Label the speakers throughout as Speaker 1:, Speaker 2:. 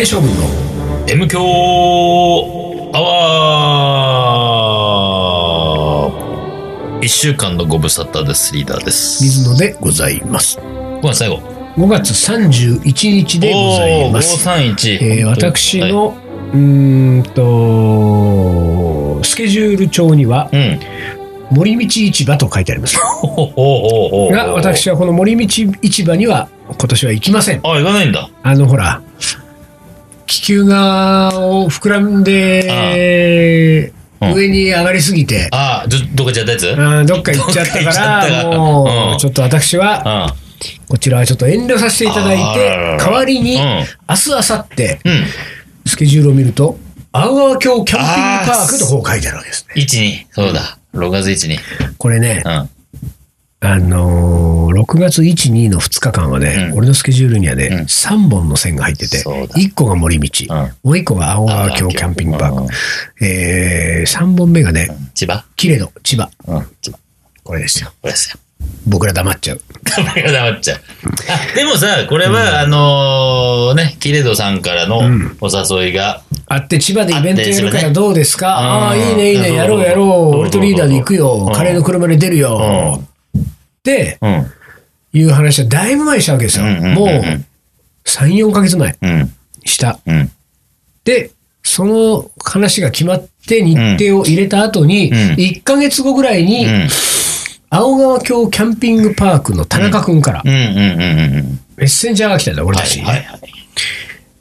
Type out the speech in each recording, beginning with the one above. Speaker 1: 勝負の
Speaker 2: M 強アワー一週間のご無沙汰です。リーダーです。
Speaker 1: 水野でございます。
Speaker 2: ごめん最後。
Speaker 1: 5月31日でございます。
Speaker 2: 531。
Speaker 1: えー
Speaker 2: 本当に
Speaker 1: 私
Speaker 2: は
Speaker 1: の、うーんと、スケジュール帳にはい
Speaker 2: うん。
Speaker 1: 森道市場と書いてあります。
Speaker 2: ほほほほほ
Speaker 1: が、私はこの森道市場には今年は行きません。
Speaker 2: あ、行かないんだ。
Speaker 1: あの、ほら、気球がを膨らんで、
Speaker 2: ああうん
Speaker 1: 上に上がりすぎて、
Speaker 2: あ、ど、どこ行っちゃったやつ
Speaker 1: あーどっか行っちゃったか
Speaker 2: どっか行っちゃった
Speaker 1: ら、
Speaker 2: から
Speaker 1: も
Speaker 2: うん
Speaker 1: う、ちょっと私は、
Speaker 2: あ
Speaker 1: こちらはちょっと遠慮させていただい
Speaker 2: あららら
Speaker 1: て、代わりに、
Speaker 2: うん
Speaker 1: 明日、明後日、
Speaker 2: うん。
Speaker 1: スケジュールを見ると、青川峡キャンピングパークとこう書いてあるわけですね。
Speaker 2: 1、2。そうだ。6月1、2。
Speaker 1: これね
Speaker 2: う、ん。
Speaker 1: あのー6月1、2の2日間はね、
Speaker 2: うん
Speaker 1: 俺のスケジュールにはね、
Speaker 2: うん
Speaker 1: 3本の線が入ってて、
Speaker 2: そうだ
Speaker 1: 1個が森道、
Speaker 2: うん
Speaker 1: もう1個が青川峡キャンピングパーク、えー、3本目がね、
Speaker 2: 千葉
Speaker 1: キレド、千葉。
Speaker 2: うん。千葉。
Speaker 1: これですよ。
Speaker 2: これですよ。
Speaker 1: 僕ら黙っちゃう。
Speaker 2: ダメが黙っちゃう。あ、でもさ、これは、あのーね、キレドさんからの
Speaker 1: うん
Speaker 2: お誘いが、
Speaker 1: あって、千葉でイベントやるか
Speaker 2: あって千葉
Speaker 1: ら
Speaker 2: ね
Speaker 1: どうですかああ
Speaker 2: うん
Speaker 1: ー、いいね、いいね、やろうやろ
Speaker 2: うん
Speaker 1: う。俺とリーダーで行くよ
Speaker 2: うん。
Speaker 1: カレーの車で出るよ。って
Speaker 2: うん。
Speaker 1: いう話はだいぶ前にしたわけですよ。
Speaker 2: うんうんうんうん
Speaker 1: もう、3、4ヶ月前
Speaker 2: うん。
Speaker 1: した。
Speaker 2: うん。
Speaker 1: で、その話が決まって日程を入れた後に、
Speaker 2: うん
Speaker 1: 1ヶ月後ぐらいに、
Speaker 2: うん。
Speaker 1: 青川峡キャンピングパークの田中君から
Speaker 2: うん。うん。うん。うん。
Speaker 1: メッセンジャーが来たんだ、俺
Speaker 2: は
Speaker 1: た
Speaker 2: い。
Speaker 1: ちに
Speaker 2: はい。
Speaker 1: ね。
Speaker 2: はい。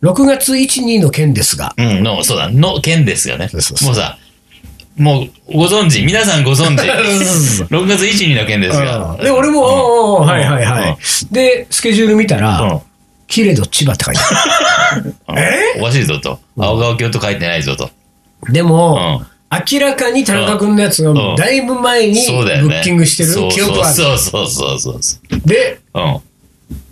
Speaker 1: 6月1、2の件ですが、
Speaker 2: うん、の、そうだ、の件ですよね。
Speaker 1: そうそうそう
Speaker 2: もうさ、もうご存知、皆さんご存知、
Speaker 1: そう
Speaker 2: 6月1日の件ですが。
Speaker 1: うんで、俺も、おーおーはいはいはい。で、スケジュール見たら、
Speaker 2: うん
Speaker 1: キレド千葉って書いてあ
Speaker 2: うん
Speaker 1: え
Speaker 2: おかしいぞと。青川京と書いてないぞと。
Speaker 1: る。で
Speaker 2: う
Speaker 1: も、
Speaker 2: ん。
Speaker 1: 明らかに田中君のやつ
Speaker 2: うんう
Speaker 1: が
Speaker 2: ん
Speaker 1: だいぶ前に
Speaker 2: そうだよ
Speaker 1: ブ
Speaker 2: ね。
Speaker 1: ッキングして
Speaker 2: そ
Speaker 1: る
Speaker 2: う
Speaker 1: 記憶はある。
Speaker 2: そうそうそうそうそう。
Speaker 1: で、
Speaker 2: うん。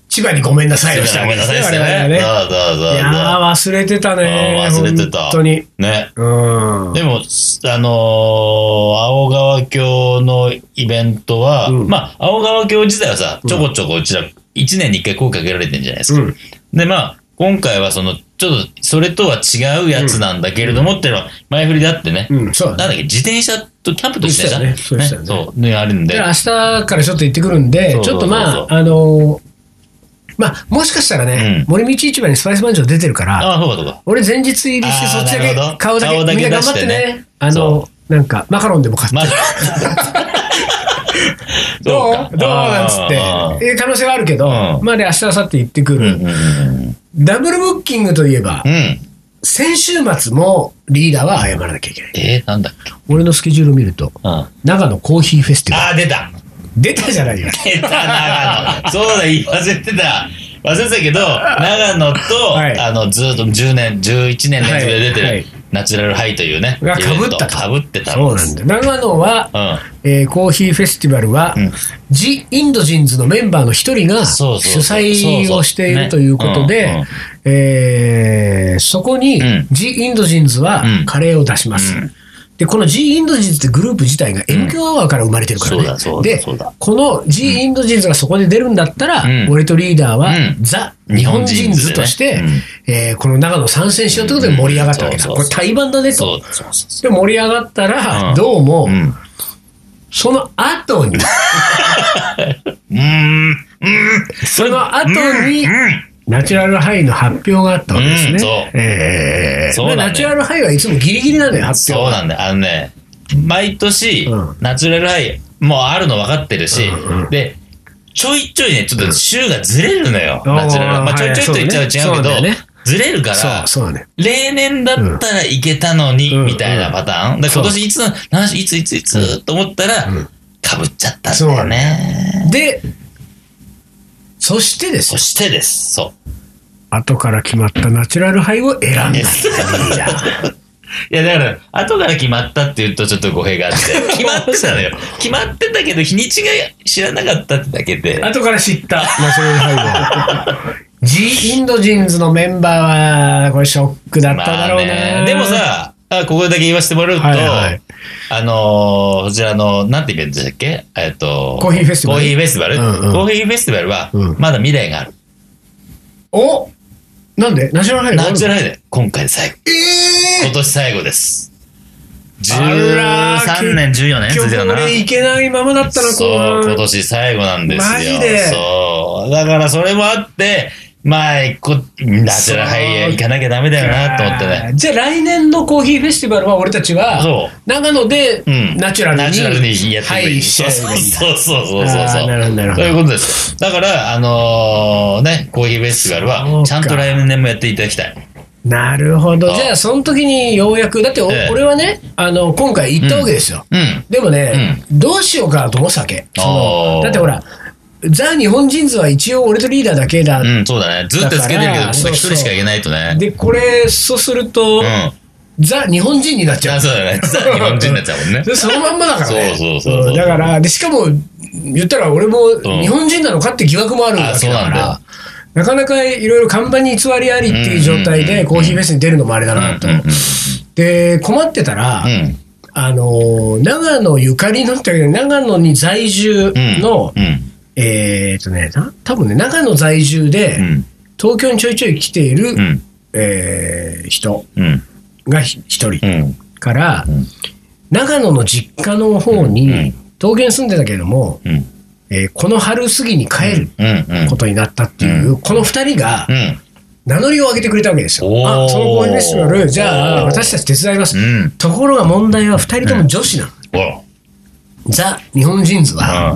Speaker 1: 千葉にごめんなさいをした
Speaker 2: ご
Speaker 1: わ
Speaker 2: め
Speaker 1: け
Speaker 2: ん
Speaker 1: で
Speaker 2: な
Speaker 1: す
Speaker 2: さい
Speaker 1: ね、
Speaker 2: です
Speaker 1: 我
Speaker 2: ね。
Speaker 1: 々はね。
Speaker 2: そうそうそう
Speaker 1: いやー、忘れてたね。
Speaker 2: うん忘れてた
Speaker 1: 本当に。
Speaker 2: ね。
Speaker 1: うん。
Speaker 2: でも、あのー青川峡のイベントは、
Speaker 1: うん
Speaker 2: まあ、青川峡自体はさ、ちょこちょこうちら、一年に一回声かけられてんじゃないですか。
Speaker 1: うん
Speaker 2: で、まあ、今回はその、ちょっと、それとは違うやつなんだけれども、っていうのは、前振りであってね、
Speaker 1: うん、そう
Speaker 2: な
Speaker 1: だ
Speaker 2: ん
Speaker 1: ね。
Speaker 2: だっけ、自転車と、キャンプと自転車
Speaker 1: そうでしたよねそうでしたよね
Speaker 2: そう、ね、あるんで
Speaker 1: だか。ら明日からちょっと行ってくるんで
Speaker 2: そ、う
Speaker 1: ち
Speaker 2: そう
Speaker 1: ょっ
Speaker 2: そ
Speaker 1: と
Speaker 2: う
Speaker 1: まあ、あのー、まあ、もしかしたらね
Speaker 2: う、ん
Speaker 1: 森道市場にスパイス番長出てるから、
Speaker 2: ああ、そうかそうか。
Speaker 1: 俺前日入りして
Speaker 2: あー
Speaker 1: そっちだ
Speaker 2: なるほど
Speaker 1: け顔だ
Speaker 2: 顔
Speaker 1: け
Speaker 2: だけ
Speaker 1: みんな頑張っ
Speaker 2: 出して
Speaker 1: て
Speaker 2: ね
Speaker 1: ねあのなんかマカロンでも買って
Speaker 2: まあ、
Speaker 1: どう
Speaker 2: か
Speaker 1: どうなんつ
Speaker 2: あー
Speaker 1: っていう可能性はあるけど
Speaker 2: うん
Speaker 1: まあで明日明後日行ってく
Speaker 2: うん
Speaker 1: る
Speaker 2: うんうん
Speaker 1: ダブルブッキングといえば
Speaker 2: うん。うん。
Speaker 1: 先週末もリーダーは謝らなきゃいけない
Speaker 2: えー、なんだっけ。うん。
Speaker 1: 俺のスケジュールを見ると
Speaker 2: あ
Speaker 1: 長野コーヒーフェスティバル
Speaker 2: あ、出た
Speaker 1: 出たじゃないよ
Speaker 2: 出た長野そうだ言い忘れてた忘れてたけど長野と、
Speaker 1: はい
Speaker 2: あのずっと10年11年連続で出てる、
Speaker 1: はいはい
Speaker 2: ナチュラルハイというね
Speaker 1: が被った
Speaker 2: かぶってた
Speaker 1: そうなんだよ長野は
Speaker 2: うん
Speaker 1: えーコーヒーフェスティバルは
Speaker 2: うん
Speaker 1: ジ・インド人ズのメンバーの一人が主
Speaker 2: そうそうそう
Speaker 1: 催をしてい
Speaker 2: そうそうね
Speaker 1: るということ
Speaker 2: うんう
Speaker 1: で
Speaker 2: ん、
Speaker 1: えーそこに
Speaker 2: うん
Speaker 1: ジ・インド人ズは
Speaker 2: うん
Speaker 1: カレーを出します
Speaker 2: うん。
Speaker 1: で、この G インド人ズってグループ自体が M 強アワーから生まれてるから
Speaker 2: そうだそうだ
Speaker 1: ね。で
Speaker 2: そうだ、
Speaker 1: この G インド人ズがそこで出るんだったら
Speaker 2: うん、
Speaker 1: 俺とリーダーは
Speaker 2: うん
Speaker 1: ザ・日本人ズとして
Speaker 2: 日本人、
Speaker 1: えーこの長野参戦しようということで盛り上がったわけだ。
Speaker 2: うん
Speaker 1: これ対バンだね
Speaker 2: そ
Speaker 1: と
Speaker 2: う。そうそうそ
Speaker 1: で、盛り上がったら
Speaker 2: う、ん
Speaker 1: どうも
Speaker 2: うう、んう
Speaker 1: その後 に、
Speaker 2: ーんうん
Speaker 1: その後に、ナチュラルハイの発表があったわけですね。
Speaker 2: うんそう
Speaker 1: ええ
Speaker 2: そうなんだよ
Speaker 1: ナチュラルハイはいつもギリギリなのよ、発
Speaker 2: そう
Speaker 1: 表が。
Speaker 2: なんだよあのね毎年、
Speaker 1: うん
Speaker 2: ナチュラルハイもうあるの分かってるし、
Speaker 1: うんう
Speaker 2: でちょいちょいねちょっと週がずれるのよ、
Speaker 1: うん
Speaker 2: ナチュラルハイ、まあ、
Speaker 1: あー
Speaker 2: ちょいちょいと言っちゃう違うけど
Speaker 1: はいそうだね
Speaker 2: ずれるから
Speaker 1: そう、そうだね。
Speaker 2: 例年だったらいけたのに、
Speaker 1: うん
Speaker 2: みたいなパターン。で
Speaker 1: そ
Speaker 2: 今
Speaker 1: う
Speaker 2: 年いつの、何しいついついつ、と思ったら、
Speaker 1: うん
Speaker 2: かぶっちゃったんだよね。
Speaker 1: で、そしてです
Speaker 2: そ
Speaker 1: よ、
Speaker 2: してです。そう。
Speaker 1: 後から決まったナチュラルハイを選んだんだよ。
Speaker 2: いや、だから、後から決まったって言うとちょっと語 弊があって、決まってたのよ。決まってたけど、日にちが知らなかったってだけ で。
Speaker 1: 後から知ったナチュラルハイを。ジ・インド人ズのメンバーは、これショックだっただろうね。
Speaker 2: でも、さ、あここだけ言わせてもらうと、
Speaker 1: はいはい
Speaker 2: あのー、こちらの、なんてイベントでしたっけえっと、
Speaker 1: コーヒーフェスティバル
Speaker 2: コーヒーフェスティバル、
Speaker 1: うんうん
Speaker 2: コーヒーフェスティバルは
Speaker 1: う、ん
Speaker 2: まだ未来がある。
Speaker 1: おなんでナショナルハイボー
Speaker 2: なんじゃ
Speaker 1: ル
Speaker 2: ないね。今回で最後。
Speaker 1: え
Speaker 2: 今
Speaker 1: え
Speaker 2: 年最後です。
Speaker 1: あら
Speaker 2: 13年、14年
Speaker 1: 今
Speaker 2: 続いて
Speaker 1: 日
Speaker 2: た
Speaker 1: ま
Speaker 2: な。
Speaker 1: でいけないままだったな、後
Speaker 2: そう、今
Speaker 1: 半。
Speaker 2: 年最後なんですよ。
Speaker 1: マジで
Speaker 2: そう。だからそれもあって、まあ、こナチュラルハイへ行かなきゃダメだよなと思ってね。
Speaker 1: じゃあ来年のコーヒーフェスティバルは俺たちは、
Speaker 2: そう。
Speaker 1: 長野で
Speaker 2: うん
Speaker 1: ナチュラルに、
Speaker 2: ナチュラルにやって
Speaker 1: は
Speaker 2: くれ
Speaker 1: い、しち
Speaker 2: そ
Speaker 1: ゃ
Speaker 2: う
Speaker 1: え
Speaker 2: そ
Speaker 1: ば
Speaker 2: う
Speaker 1: いいんだ。
Speaker 2: そうそうそう
Speaker 1: あ
Speaker 2: そ
Speaker 1: ー
Speaker 2: う。
Speaker 1: なるほどなるほ
Speaker 2: と
Speaker 1: ど
Speaker 2: いうことです。だから、あのーね、コーヒーフェスティバル
Speaker 1: そう
Speaker 2: は、
Speaker 1: か
Speaker 2: ちゃんと来年もやっていただきたい。
Speaker 1: なるほど。
Speaker 2: あ
Speaker 1: じゃあその時にようやく、だってお
Speaker 2: ええ
Speaker 1: 俺はね、あの、今回行ったわけですよ。
Speaker 2: うん。
Speaker 1: でもね、どうしようかなと思うわけ。そ
Speaker 2: あ
Speaker 1: の
Speaker 2: ー
Speaker 1: だってほら、ザ・日本人図は一応俺とリーダーだけだ。
Speaker 2: うん、そうだね。ずっとつけて
Speaker 1: だか
Speaker 2: るけど、
Speaker 1: ら
Speaker 2: 僕は一人しかいけないとね。
Speaker 1: で、これ、そうすると、
Speaker 2: うん。あ、
Speaker 1: ザ・日本人になっちゃう。
Speaker 2: そうだね。実は日本人になっちゃうもんね。
Speaker 1: でそのまんまだからね。
Speaker 2: そうそうそうそうん
Speaker 1: だから、で、しかも、言ったら俺も日本人なのかって疑惑もあるわけだか
Speaker 2: あそうなんだ
Speaker 1: ら
Speaker 2: よ、
Speaker 1: なかなかいろいろ看板に偽りありっていう状態
Speaker 2: うんうんうんう
Speaker 1: で
Speaker 2: ん
Speaker 1: コーヒーフェスに出るのもあれだなと。で、困ってたら、
Speaker 2: う
Speaker 1: あのー長野ゆかりのってわけで長野に在住
Speaker 2: ん。うん。
Speaker 1: の、
Speaker 2: うん。
Speaker 1: えーっとね、な多分ね、長野在住で、
Speaker 2: うん。
Speaker 1: 東京にちょいちょい来ている、
Speaker 2: うん。
Speaker 1: えー人
Speaker 2: うん。
Speaker 1: がひ一人
Speaker 2: うん。
Speaker 1: から、
Speaker 2: ん
Speaker 1: 長野の実家の方に、
Speaker 2: うん
Speaker 1: 東京に住んでたけれども、
Speaker 2: うん。
Speaker 1: えーこの春過ぎに帰る
Speaker 2: うん。うん
Speaker 1: ことになったっていう、この二人が
Speaker 2: うん。
Speaker 1: 名乗りを上げてくれたわけですよ。
Speaker 2: おー
Speaker 1: あ、その公演フェスティバル、じゃあ
Speaker 2: おー
Speaker 1: 私たち手伝います。
Speaker 2: うん
Speaker 1: ところが問題は二人とも女子なの。
Speaker 2: ほら。
Speaker 1: ザ・日本人図
Speaker 2: うん
Speaker 1: は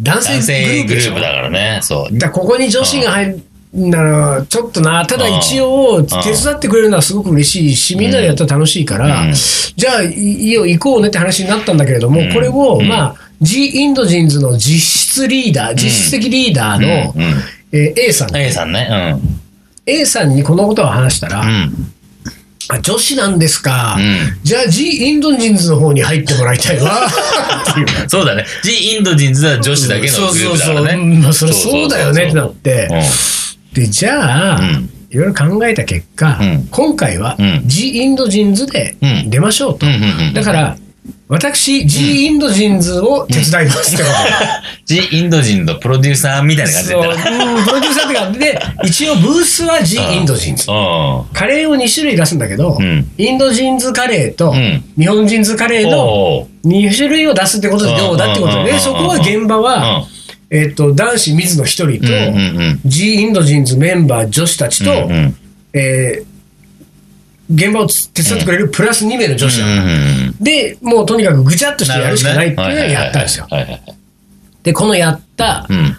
Speaker 1: 男
Speaker 2: 男
Speaker 1: 性
Speaker 2: 性
Speaker 1: グル
Speaker 2: グル
Speaker 1: ー
Speaker 2: ー
Speaker 1: プ
Speaker 2: プ
Speaker 1: だ
Speaker 2: だからね。そう。
Speaker 1: だからここに女子が入るならちょっとなただ一応手伝ってくれるのはすごく嬉しいしみんなでやったら楽しいから、
Speaker 2: うん
Speaker 1: じゃあいいいよ行こうねって話になったんだけれども、
Speaker 2: うん
Speaker 1: これを、
Speaker 2: うん
Speaker 1: まあ G インド人ズの実質リーダー実質的リーダーの、
Speaker 2: うんうん
Speaker 1: えー A さん
Speaker 2: A さんね。
Speaker 1: A さんにこのことを話したら、
Speaker 2: うん。
Speaker 1: あ女子なんですか、
Speaker 2: う
Speaker 1: じゃあ G インド人ズの方に入ってもらいたいわっていう
Speaker 2: うん。そうだね。ジ・インド人ズは 女子だけのグループだから
Speaker 1: そうそう
Speaker 2: ね。
Speaker 1: そううんまあそれそうだよねってなってでじゃあ、
Speaker 2: うん
Speaker 1: いろいろ考えた結果、
Speaker 2: うん
Speaker 1: 今回は
Speaker 2: うん
Speaker 1: G インド人ズで
Speaker 2: うん
Speaker 1: 出ましょうと、
Speaker 2: うんうんうんうん
Speaker 1: だから私 G インド人ズを手伝いますってこ
Speaker 2: ジ・インド人のプロデューサーみたいな感じ
Speaker 1: と、
Speaker 2: で言ったら。
Speaker 1: そううんプロデューサーって感じで一応ブースは G インド人ズ
Speaker 2: う
Speaker 1: カレーを2種類出すんだけど、
Speaker 2: うん
Speaker 1: インド人ズカレーと
Speaker 2: うん
Speaker 1: 日本人ズカレー
Speaker 2: ん。
Speaker 1: の
Speaker 2: おう
Speaker 1: 2種類を出すってことでどうだってこと
Speaker 2: うんうんうんうんう
Speaker 1: で
Speaker 2: ん
Speaker 1: そこは現場は、えっと男子水野1人
Speaker 2: うん
Speaker 1: と、
Speaker 2: うんうん。
Speaker 1: G インド人ズメンバー女子たちと、
Speaker 2: うんうん
Speaker 1: えー現場をつ手伝ってくれるプラス2名の女子だ、
Speaker 2: うんうんうん
Speaker 1: でもうとにかくぐちゃっとしてやるしかないっていうのをやったんですよ。
Speaker 2: はいはいはい
Speaker 1: でこのやった、
Speaker 2: うん。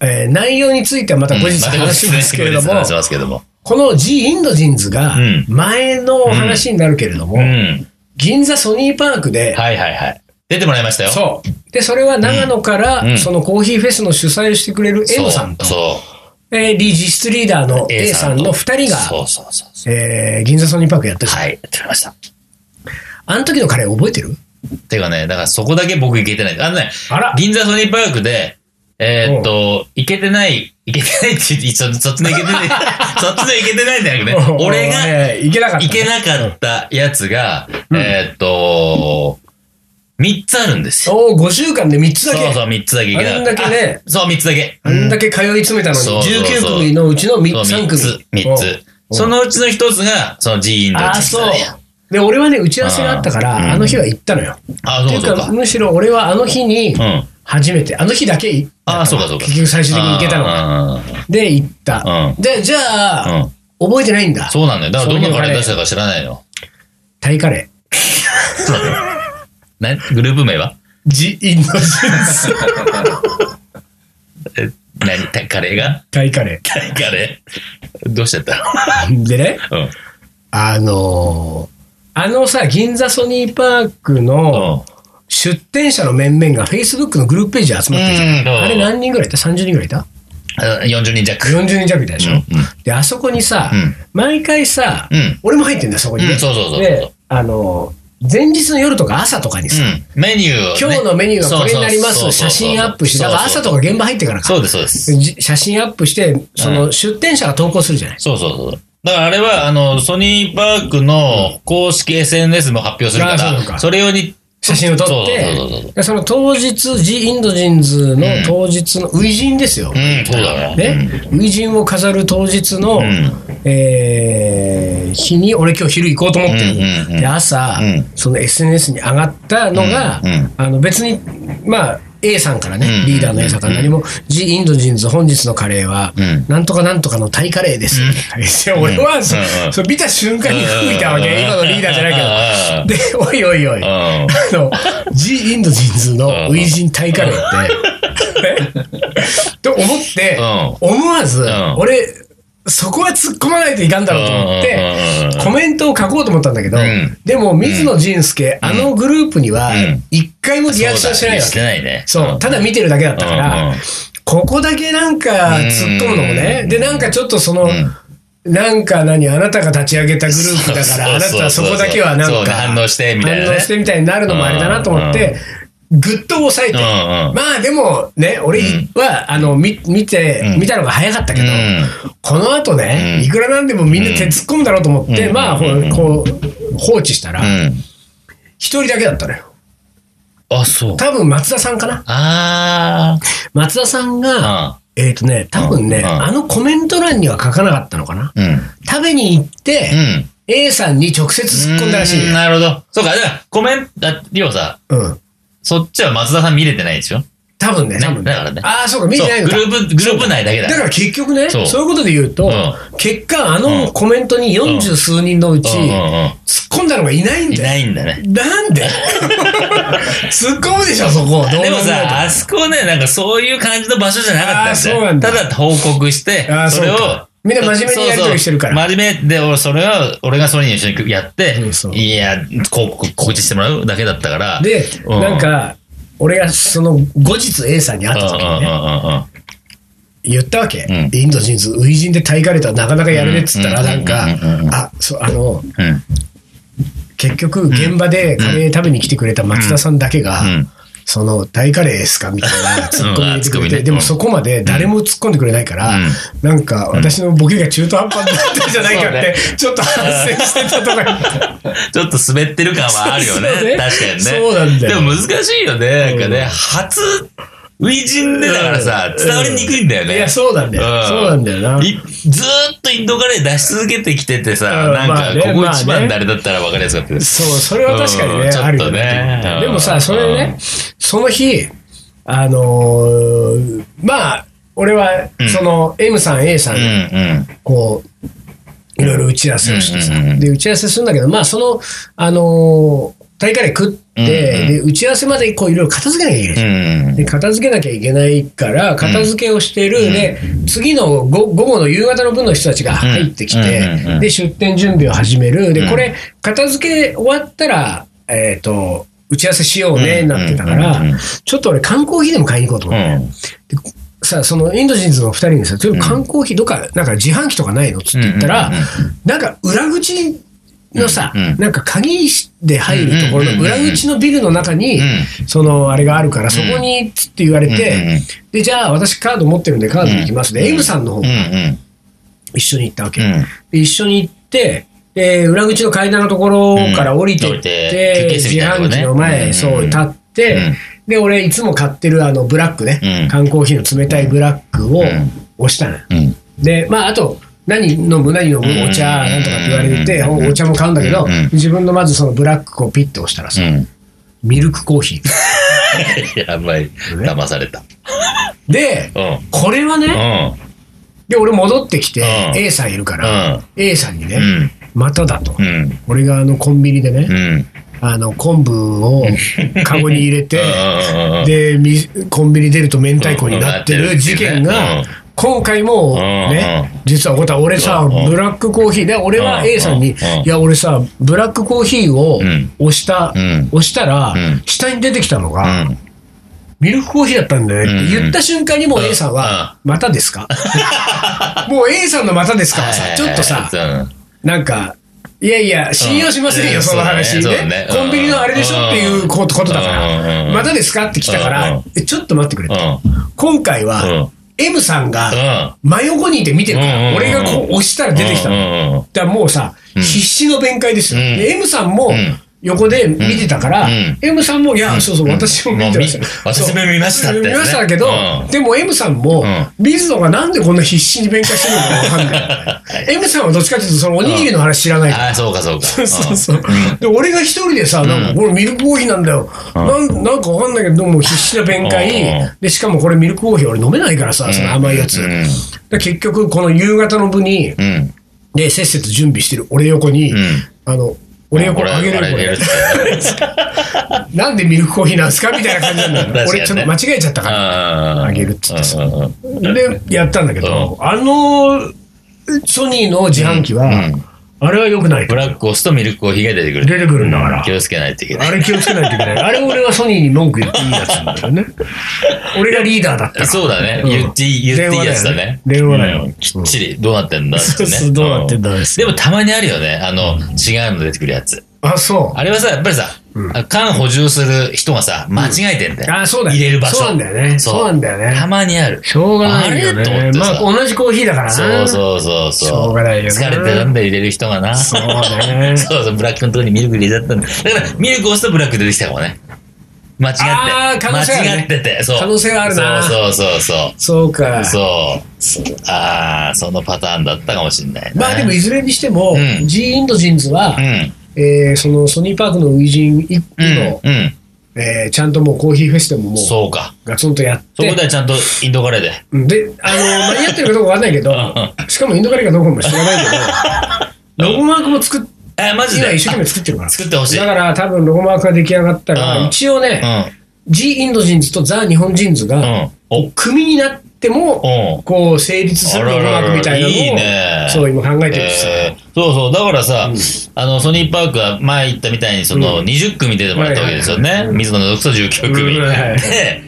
Speaker 1: えー内容についてはまた後日話しますけれども、
Speaker 2: うんまた後日話しますけれども。
Speaker 1: この G インド人ズが
Speaker 2: うん
Speaker 1: 前の話になるけれども、
Speaker 2: うん。
Speaker 1: 銀座ソニーパークで、
Speaker 2: はいはいはい。出てもらいましたよ。
Speaker 1: そうでそれは長野から、
Speaker 2: うん
Speaker 1: そのコーヒーフェスの主催をしてくれる M さんと、
Speaker 2: そ
Speaker 1: えー、リ実質リーダーの
Speaker 2: う。
Speaker 1: A さんの2人
Speaker 2: そ
Speaker 1: が、
Speaker 2: うそうそうそう。
Speaker 1: えー銀座ソニーパークやったじゃん
Speaker 2: はい、やってました。
Speaker 1: あの時のカレー覚えてる
Speaker 2: てかね、だからそこだけ僕行けてない。あのね、
Speaker 1: あら、
Speaker 2: 銀座ソニーパークで、えーっと、行けてない、行けてないって言って、そそっちの行けてない、そっちの行けてないんじゃなくね 俺が
Speaker 1: えーいけなかった。
Speaker 2: 行けなかったやつが、
Speaker 1: うん
Speaker 2: えーっと、3つあるんですよ。
Speaker 1: おお、5週間で3つだけ。
Speaker 2: そうそう、3つだけ行けなかった。
Speaker 1: あんだけね
Speaker 2: あそう、3つだけ。
Speaker 1: あんだけ通い詰めたの
Speaker 2: そう
Speaker 1: に、
Speaker 2: そうそ
Speaker 1: 19
Speaker 2: う
Speaker 1: 組のうちの3
Speaker 2: そう
Speaker 1: 3
Speaker 2: 3
Speaker 1: 組。
Speaker 2: つ、3つ。
Speaker 1: おう
Speaker 2: そのうちの1つが、その寺院の
Speaker 1: ああ、そう。で、俺はね、打ち合わせがあったから、
Speaker 2: うん
Speaker 1: あの日は行ったのよ。
Speaker 2: あ、
Speaker 1: ってい
Speaker 2: そ
Speaker 1: うう
Speaker 2: かそうか
Speaker 1: か、。むしろ俺はあの日に
Speaker 2: うん。
Speaker 1: 初めて、あの日だけ行ったから
Speaker 2: あーそうかそうか
Speaker 1: 結局最終的に行けたのが。
Speaker 2: の
Speaker 1: で、行った。
Speaker 2: う
Speaker 1: で、じゃあ、覚えてないんだ。
Speaker 2: そうなんだよ。だからどんなカレー出したか知らないの。
Speaker 1: タイカレー。
Speaker 2: ちょっと待って。何グループ名は
Speaker 1: ジ・インド・ジンズ。
Speaker 2: え何タイカレーが
Speaker 1: タイカ レ
Speaker 2: タイカレーどうしちゃった
Speaker 1: ー。でね、
Speaker 2: うん。うん。
Speaker 1: あのーあのさ、銀座ソニーパークの、出店者の面々が Facebook のグループページで集まってるじゃん
Speaker 2: うん
Speaker 1: あれ何人ぐらいいた ?30 人ぐらいいた
Speaker 2: あ40人弱。
Speaker 1: ?40 人弱いたでしょ、
Speaker 2: うんうん
Speaker 1: で、あそこにさ、
Speaker 2: うん
Speaker 1: 毎回さ、
Speaker 2: うん
Speaker 1: 俺も入ってんだよ、そこにね。
Speaker 2: うんそうそうそうそう
Speaker 1: で、あの、前日の夜とか朝とかにさ、
Speaker 2: うん。メニューをね
Speaker 1: 今日のメニューはこれになりま
Speaker 2: そう
Speaker 1: す、
Speaker 2: そうそ
Speaker 1: 写
Speaker 2: う
Speaker 1: 真アップして、だから朝と
Speaker 2: そう
Speaker 1: か現場入ってからか。
Speaker 2: そうそうです、そうです。
Speaker 1: じ写真アップして、その出店者が投稿するじゃない。
Speaker 2: そうそうそう。だからあれは、あの、ソニーパークの公式 SNS も発表するか
Speaker 1: あそう
Speaker 2: ら、
Speaker 1: そうか
Speaker 2: それ用に、
Speaker 1: 写真を撮って
Speaker 2: そうそうそうそう、
Speaker 1: でその当日、ジ・インド人ズの当日の初陣ですよ。
Speaker 2: うん、そうだね。
Speaker 1: ね、初陣を飾る当日の、
Speaker 2: うん
Speaker 1: えー日に俺今日昼行こうと思ってる、
Speaker 2: うんうんうん
Speaker 1: で朝、
Speaker 2: うん
Speaker 1: その SNS に上がったのが、
Speaker 2: うんうん
Speaker 1: あの別にまあ A さんからね、
Speaker 2: うんうん
Speaker 1: リーダーの A さんから何も「ジ・インド人ズ本日のカレーは、
Speaker 2: うん
Speaker 1: なんとかなんとかのタイカレーです」いや 俺はそ、
Speaker 2: うんうん
Speaker 1: それ見た瞬間に吹いたわけ、
Speaker 2: うん
Speaker 1: 今のリーダーじゃないけどでおいおいおい、あ
Speaker 2: うん
Speaker 1: のジ・インド人ズのウイジンタイカレーって、ね と思って、思わず、
Speaker 2: ん
Speaker 1: 俺そこは突っ込まないといかんだろうと思って、
Speaker 2: うん
Speaker 1: コメントを書こうと思ったんだけど、
Speaker 2: うん
Speaker 1: でも水野仁介、あのグループには
Speaker 2: うん
Speaker 1: 一回もリアクションしてないわ
Speaker 2: そうだねして
Speaker 1: け、
Speaker 2: ないね。
Speaker 1: そうただ見てるだけだったから、
Speaker 2: うんうん
Speaker 1: ここだけなんか突っ込むのもね
Speaker 2: うん
Speaker 1: でなんかちょっとその、なんか何あなたが立ち上げたグループだからあなたはそこだけはな
Speaker 2: そ
Speaker 1: ん
Speaker 2: う
Speaker 1: か
Speaker 2: ね反応してみたいなね
Speaker 1: 反応してみたいになるのもあれだなと思って、ぐっと抑えて、
Speaker 2: うんうん
Speaker 1: まあでもね俺は、あのみ見て、
Speaker 2: うん
Speaker 1: 見たのが早かったけど、
Speaker 2: う
Speaker 1: この後ね、
Speaker 2: うん
Speaker 1: いくらなんでもみんな手突っ込むだろうと思って、
Speaker 2: うん
Speaker 1: まあほ
Speaker 2: うん
Speaker 1: こう放置したら
Speaker 2: んうん。
Speaker 1: 一、人だけだったのよ
Speaker 2: あ、そう。
Speaker 1: 多分松田さんかな
Speaker 2: あ
Speaker 1: 松田さんが、
Speaker 2: あ。
Speaker 1: えっ、とね多分ね、
Speaker 2: うん
Speaker 1: あのコメント欄には書かなかったのかな
Speaker 2: うん。うん。
Speaker 1: 食べに行って、A さんに直接突っ込んだらしいの
Speaker 2: うーん
Speaker 1: よ
Speaker 2: なるほど。そうか、だから、コメント、だ要はさ、
Speaker 1: うん、
Speaker 2: そっちは松田さん見れてないでしょ
Speaker 1: 多分ね
Speaker 2: ね
Speaker 1: 多分ね
Speaker 2: だからね
Speaker 1: ああそうか見てないのか
Speaker 2: そうグループ、グループ内だけだ。
Speaker 1: だから結局ね
Speaker 2: そ
Speaker 1: そうういうことで言うと、
Speaker 2: うん
Speaker 1: 結果あのコメントに40数人のうち、
Speaker 2: うんうんう
Speaker 1: 突っ込んだのがいないん
Speaker 2: ん。
Speaker 1: だよ
Speaker 2: いないんだね。
Speaker 1: なん で突っ込むでしょ、そこ。どう考え
Speaker 2: で
Speaker 1: て
Speaker 2: もさ、あそこはね、なんかそういう感じの場所じゃなかったんだよ
Speaker 1: あーそうなんだ
Speaker 2: ただ報告して
Speaker 1: あ、ー
Speaker 2: それを
Speaker 1: そうか、みんな真面目にやり取りしてるから
Speaker 2: そうそう真面目で、俺、それは、俺がソニーに一緒にやって
Speaker 1: うんそ、う
Speaker 2: いや、広告告知してもらうだけだったから。
Speaker 1: で、
Speaker 2: うん
Speaker 1: なん、か、俺がその後日 A さんに
Speaker 2: うん
Speaker 1: 会
Speaker 2: う
Speaker 1: っ
Speaker 2: んう
Speaker 1: た
Speaker 2: ん
Speaker 1: 時にね、
Speaker 2: うんうん。
Speaker 1: 言ったわけ
Speaker 2: ん。
Speaker 1: インド人ズ、ウイジンでタイガレタはなかなかやるねっつったら、
Speaker 2: うん
Speaker 1: なんか
Speaker 2: うんうんうんう、ん
Speaker 1: あ、そう、あの、
Speaker 2: うん。
Speaker 1: 結局現場でカレー食べに来てくれた松田さんだけが
Speaker 2: うん、
Speaker 1: その、タイカレーですかみたいなツッコミ入れてくれ
Speaker 2: うんあツッコミね
Speaker 1: て、でもそこまで誰も突っ込んでくれないから
Speaker 2: うん、
Speaker 1: なんか私のボケが中途半端だったんじゃないかっ
Speaker 2: そう
Speaker 1: て、ちょっと反省してたとか言って。
Speaker 2: ちょっと滑ってる感はあるよ ね。
Speaker 1: そうそうね
Speaker 2: 確かにね。
Speaker 1: そうなんだよ
Speaker 2: でも難しいよね。なんかね、
Speaker 1: うん
Speaker 2: 初、初陣でだからさ、
Speaker 1: うん
Speaker 2: 伝わりにくいんだよね。
Speaker 1: いや、そうなんだよ。
Speaker 2: ん
Speaker 1: そうなんだよな。
Speaker 2: いずーっとインドカレー出し続けてきててさ、
Speaker 1: うん
Speaker 2: なん
Speaker 1: まあ
Speaker 2: か、
Speaker 1: ね
Speaker 2: ここ
Speaker 1: まあね
Speaker 2: 一番誰だったら分かりやすかったけど
Speaker 1: そう、それは確かに
Speaker 2: うん
Speaker 1: ね、
Speaker 2: ちょっと
Speaker 1: あるよね
Speaker 2: ね。
Speaker 1: でも
Speaker 2: うん
Speaker 1: さ、それね、その日、あのーまあ、俺は
Speaker 2: うん、
Speaker 1: その、M さん、A さん
Speaker 2: うん、うん。
Speaker 1: こう、いろいろ打ち合わせをしてさ
Speaker 2: うんうんう、ん
Speaker 1: で、打ち合わせするんだけど、まあ、その、あのー、大会で食って、
Speaker 2: うんうん
Speaker 1: で、打ち合わせまでこう、いろいろ片付けなきゃいけないじゃん
Speaker 2: うん。
Speaker 1: で片付けなきゃいけないから片付けをしてる、で次のご午後の夕方の分の人たちが入ってきて、
Speaker 2: うんうんうんうん
Speaker 1: で出店準備を始める
Speaker 2: う
Speaker 1: で
Speaker 2: ん
Speaker 1: これ片付け終わったら、えー、と打ち合わせしようね
Speaker 2: うん
Speaker 1: なってたから、
Speaker 2: うんうんうん
Speaker 1: ちょっと俺缶コーヒーでも買いに行こうと思って、
Speaker 2: うん
Speaker 1: さそのインド人の2人にさ「ちょっと缶コーヒーどっかなんか自販機とかないの?」っつって言ったら、
Speaker 2: うんうんうん
Speaker 1: なんか裏口のさ、
Speaker 2: うんうん
Speaker 1: なんか鍵で入るところの裏口のビルの中に、
Speaker 2: うん
Speaker 1: そのあれがあるからそこにっつって言われて、
Speaker 2: うんうんうん
Speaker 1: でじゃあ私カード持ってるんでカード行きますで、
Speaker 2: うん
Speaker 1: M さんの方
Speaker 2: うんうん。
Speaker 1: 一緒に行ったわけ、
Speaker 2: うん
Speaker 1: で一緒に行ってで裏口の階段のところから降りて
Speaker 2: うん
Speaker 1: っ
Speaker 2: 降りて
Speaker 1: て、
Speaker 2: 休憩室み
Speaker 1: 自
Speaker 2: たいなとこ
Speaker 1: 販
Speaker 2: ね
Speaker 1: 機の前、
Speaker 2: うん
Speaker 1: そう立って、
Speaker 2: うん
Speaker 1: で俺いつも買ってるあのブラックね、
Speaker 2: うん
Speaker 1: 缶コーヒーの冷たいブラックを
Speaker 2: うん
Speaker 1: 押したのよ、
Speaker 2: うん。
Speaker 1: でまああと何飲む何飲む
Speaker 2: う
Speaker 1: お
Speaker 2: ん
Speaker 1: 茶なんとかって言われて、
Speaker 2: うん
Speaker 1: お茶も買うんだけど、
Speaker 2: うん
Speaker 1: 自分のまずそのブラックをピッて押したらさ、
Speaker 2: うん。
Speaker 1: ミルクコーヒー
Speaker 2: やばい。騙された。
Speaker 1: で
Speaker 2: うん。うん。
Speaker 1: これはね、で俺戻ってきて、
Speaker 2: うん
Speaker 1: A さんいるから、
Speaker 2: うん
Speaker 1: A さんにね、
Speaker 2: うん。
Speaker 1: まただと、
Speaker 2: うん。
Speaker 1: 俺があのコンビニでね、
Speaker 2: うん。
Speaker 1: あの昆布 をカゴに入れて
Speaker 2: うんうんうん
Speaker 1: でみコンビニ出ると明太子になって
Speaker 2: うんうん
Speaker 1: る事件
Speaker 2: う
Speaker 1: が
Speaker 2: ん
Speaker 1: 今回もね
Speaker 2: う
Speaker 1: 実はこた俺さ
Speaker 2: うん
Speaker 1: ブラックコーヒーで俺
Speaker 2: う
Speaker 1: は
Speaker 2: ん
Speaker 1: A さんに
Speaker 2: うん
Speaker 1: 「いや俺さブラックコーヒーを
Speaker 2: うん
Speaker 1: 押した
Speaker 2: うん
Speaker 1: 押したら
Speaker 2: うん
Speaker 1: 下に出てきたの
Speaker 2: う
Speaker 1: が
Speaker 2: ん。
Speaker 1: ミルクコーヒーだったんだよね」って言った瞬間にもう A さんは「またです か? 」もう A さんの「またですか?」はさちょっとさ
Speaker 2: うん
Speaker 1: なんか、いやいや、信用しませんよ、
Speaker 2: うん
Speaker 1: その話
Speaker 2: そう
Speaker 1: ね
Speaker 2: だねそうだ
Speaker 1: コ
Speaker 2: ね
Speaker 1: ンビニのあれでしょっていうことことだか
Speaker 2: うんうん
Speaker 1: ら、またですかって来たか
Speaker 2: う
Speaker 1: ら
Speaker 2: ん、
Speaker 1: えちょっと待ってくれ
Speaker 2: う
Speaker 1: と。
Speaker 2: ん。
Speaker 1: 今回
Speaker 2: うん
Speaker 1: は、M さんが
Speaker 2: う
Speaker 1: 真横にいて見てるか
Speaker 2: うんうんうん
Speaker 1: ら、俺がこう押したら
Speaker 2: ん。
Speaker 1: 出てきた
Speaker 2: うん
Speaker 1: の。
Speaker 2: うんうん
Speaker 1: だからもうさ、必死の弁解ですよ。
Speaker 2: うん
Speaker 1: で M さんも
Speaker 2: ん、
Speaker 1: 横で見てたから、
Speaker 2: うん
Speaker 1: M さんも、いや、そうそう、
Speaker 2: うん
Speaker 1: 私も見てましたよ
Speaker 2: もう見私も見ましたって
Speaker 1: そう
Speaker 2: やつね
Speaker 1: 見ましたけど、
Speaker 2: うん
Speaker 1: でも M さんも、
Speaker 2: う
Speaker 1: 水野がなんでこんな必死に勉強してるのかわかんない。M さんはどっちかというと、そのおにぎりの話知らないから。
Speaker 2: ああ、そうかそう か。
Speaker 1: そうそうそう
Speaker 2: うんうん
Speaker 1: で俺が一人でさ、なんかこれミルクコーヒーなんだよ、
Speaker 2: うん
Speaker 1: なんなんかわかんないけど、どうも必死な弁解、
Speaker 2: うん
Speaker 1: でしかもこれミルクコーヒー、俺飲めないからさ、その甘いやつ、
Speaker 2: うん
Speaker 1: で結局、この夕方の部に、
Speaker 2: うん。
Speaker 1: でせっせと準備してる俺横に、
Speaker 2: うん
Speaker 1: あの俺横
Speaker 2: これ
Speaker 1: あげれるこ
Speaker 2: あげ
Speaker 1: れ
Speaker 2: るって。
Speaker 1: なんでミルクコーヒーなんですかみたいな感じなんだよ、
Speaker 2: 確かにね
Speaker 1: 俺ちょっと間違えちゃったから
Speaker 2: あ
Speaker 1: あげるっつってさ
Speaker 2: うんうん うん
Speaker 1: でやったんだけど、あのソニーの自販機は、
Speaker 2: うん
Speaker 1: あれはよくない
Speaker 2: ブラックオスとミルクコーヒーが出てくる。
Speaker 1: 出てくるんだから
Speaker 2: 気をつけないといけない。
Speaker 1: あれ気をつけないといけないあれ俺はソニーに文句言っていいやつなんだよね俺がリーダーだったから
Speaker 2: そうだね。
Speaker 1: うん
Speaker 2: 言っていい、言っていいやつだね。
Speaker 1: 電話だよね電話だよ
Speaker 2: うんきっちり、どうなってんだって
Speaker 1: そう
Speaker 2: ね
Speaker 1: そう。どうなってんだ
Speaker 2: う
Speaker 1: です
Speaker 2: でもたまにあるよね。あの、違うの出てくるやつ。
Speaker 1: あそう
Speaker 2: あれはさ、やっぱりさ、缶補充する人がさ、間違えてんだよ。
Speaker 1: あそうだよ
Speaker 2: 入れる場所。
Speaker 1: そうなんだよねそうなんだよね
Speaker 2: たまにある。
Speaker 1: しょうがないよ
Speaker 2: あれと思
Speaker 1: ね
Speaker 2: って
Speaker 1: まあ
Speaker 2: さ。
Speaker 1: 同じコーヒーだからな
Speaker 2: そうそうそうそう。
Speaker 1: しょうがないよね
Speaker 2: 疲れてるんで入れる人がな。
Speaker 1: そうね
Speaker 2: そうそう、ブラックのとこにミルク入れちゃったんだ。だから、ミルク押すとブラック出てきたかもね。間違って。
Speaker 1: あー可能性あるね
Speaker 2: 間違ってて。そう。
Speaker 1: 可能性があるな
Speaker 2: そうそうそうそう。
Speaker 1: そうか
Speaker 2: そう。ああ、そのパターンだったかもしれない、ね。
Speaker 1: まあでもいずれにしても、
Speaker 2: うん
Speaker 1: G インドジンズは、
Speaker 2: うん。
Speaker 1: えーそのソニーパークの初陣以降、
Speaker 2: うん。うん。
Speaker 1: えーちゃんともうコーヒーフェスでももう
Speaker 2: そうか。
Speaker 1: ガツンとやって
Speaker 2: そこではちゃんとインドカレーで。
Speaker 1: うんであの間に合ってるかどうかわかんないけど
Speaker 2: ん
Speaker 1: しかもインドカレーかどうかも知らないけどロゴマークも作っ
Speaker 2: えー、マジ
Speaker 1: 今
Speaker 2: で。
Speaker 1: 一生懸命作ってるから
Speaker 2: あ作ってほしい。
Speaker 1: だから多分ロゴマークが出来上がったら、
Speaker 2: うん
Speaker 1: 一応ね、
Speaker 2: う
Speaker 1: G インド人ズとザ・日本人ズ
Speaker 2: ん。う
Speaker 1: が、
Speaker 2: ん。お、
Speaker 1: 組になっても、
Speaker 2: うん
Speaker 1: こう成立するロゴマークみたいなのを
Speaker 2: あらららいいね
Speaker 1: そう今考えてるしさ、
Speaker 2: えーそうそう、だからさ、あの、ソニーパークは前言ったみたいに、その、20組出てもらったわけですよ
Speaker 1: はいはい
Speaker 2: ね
Speaker 1: は。い
Speaker 2: 水野の独19組。
Speaker 1: うんはい
Speaker 2: で、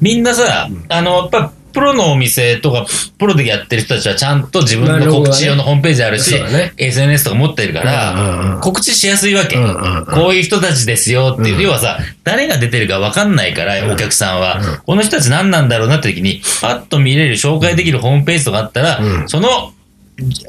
Speaker 2: みんなさ、あの、やっぱ、プロのお店とか、プロでやってる人たちはちゃんと自分
Speaker 1: なるほ
Speaker 2: の
Speaker 1: どね
Speaker 2: 告知用のホームページあるし
Speaker 1: そうだね、
Speaker 2: SNS とか持ってるか
Speaker 1: うんうんう
Speaker 2: ら
Speaker 1: ん、
Speaker 2: 告知しやすいわけ
Speaker 1: うんうんうん。
Speaker 2: こういう人たちですよって
Speaker 1: う
Speaker 2: い
Speaker 1: ん
Speaker 2: う。要はさ、誰が出てるか分かんないから、お客さんは。この人たち何なんだろうなって時に、パッと見れる、紹介できるホームページとかあったら
Speaker 1: う、ん
Speaker 2: その、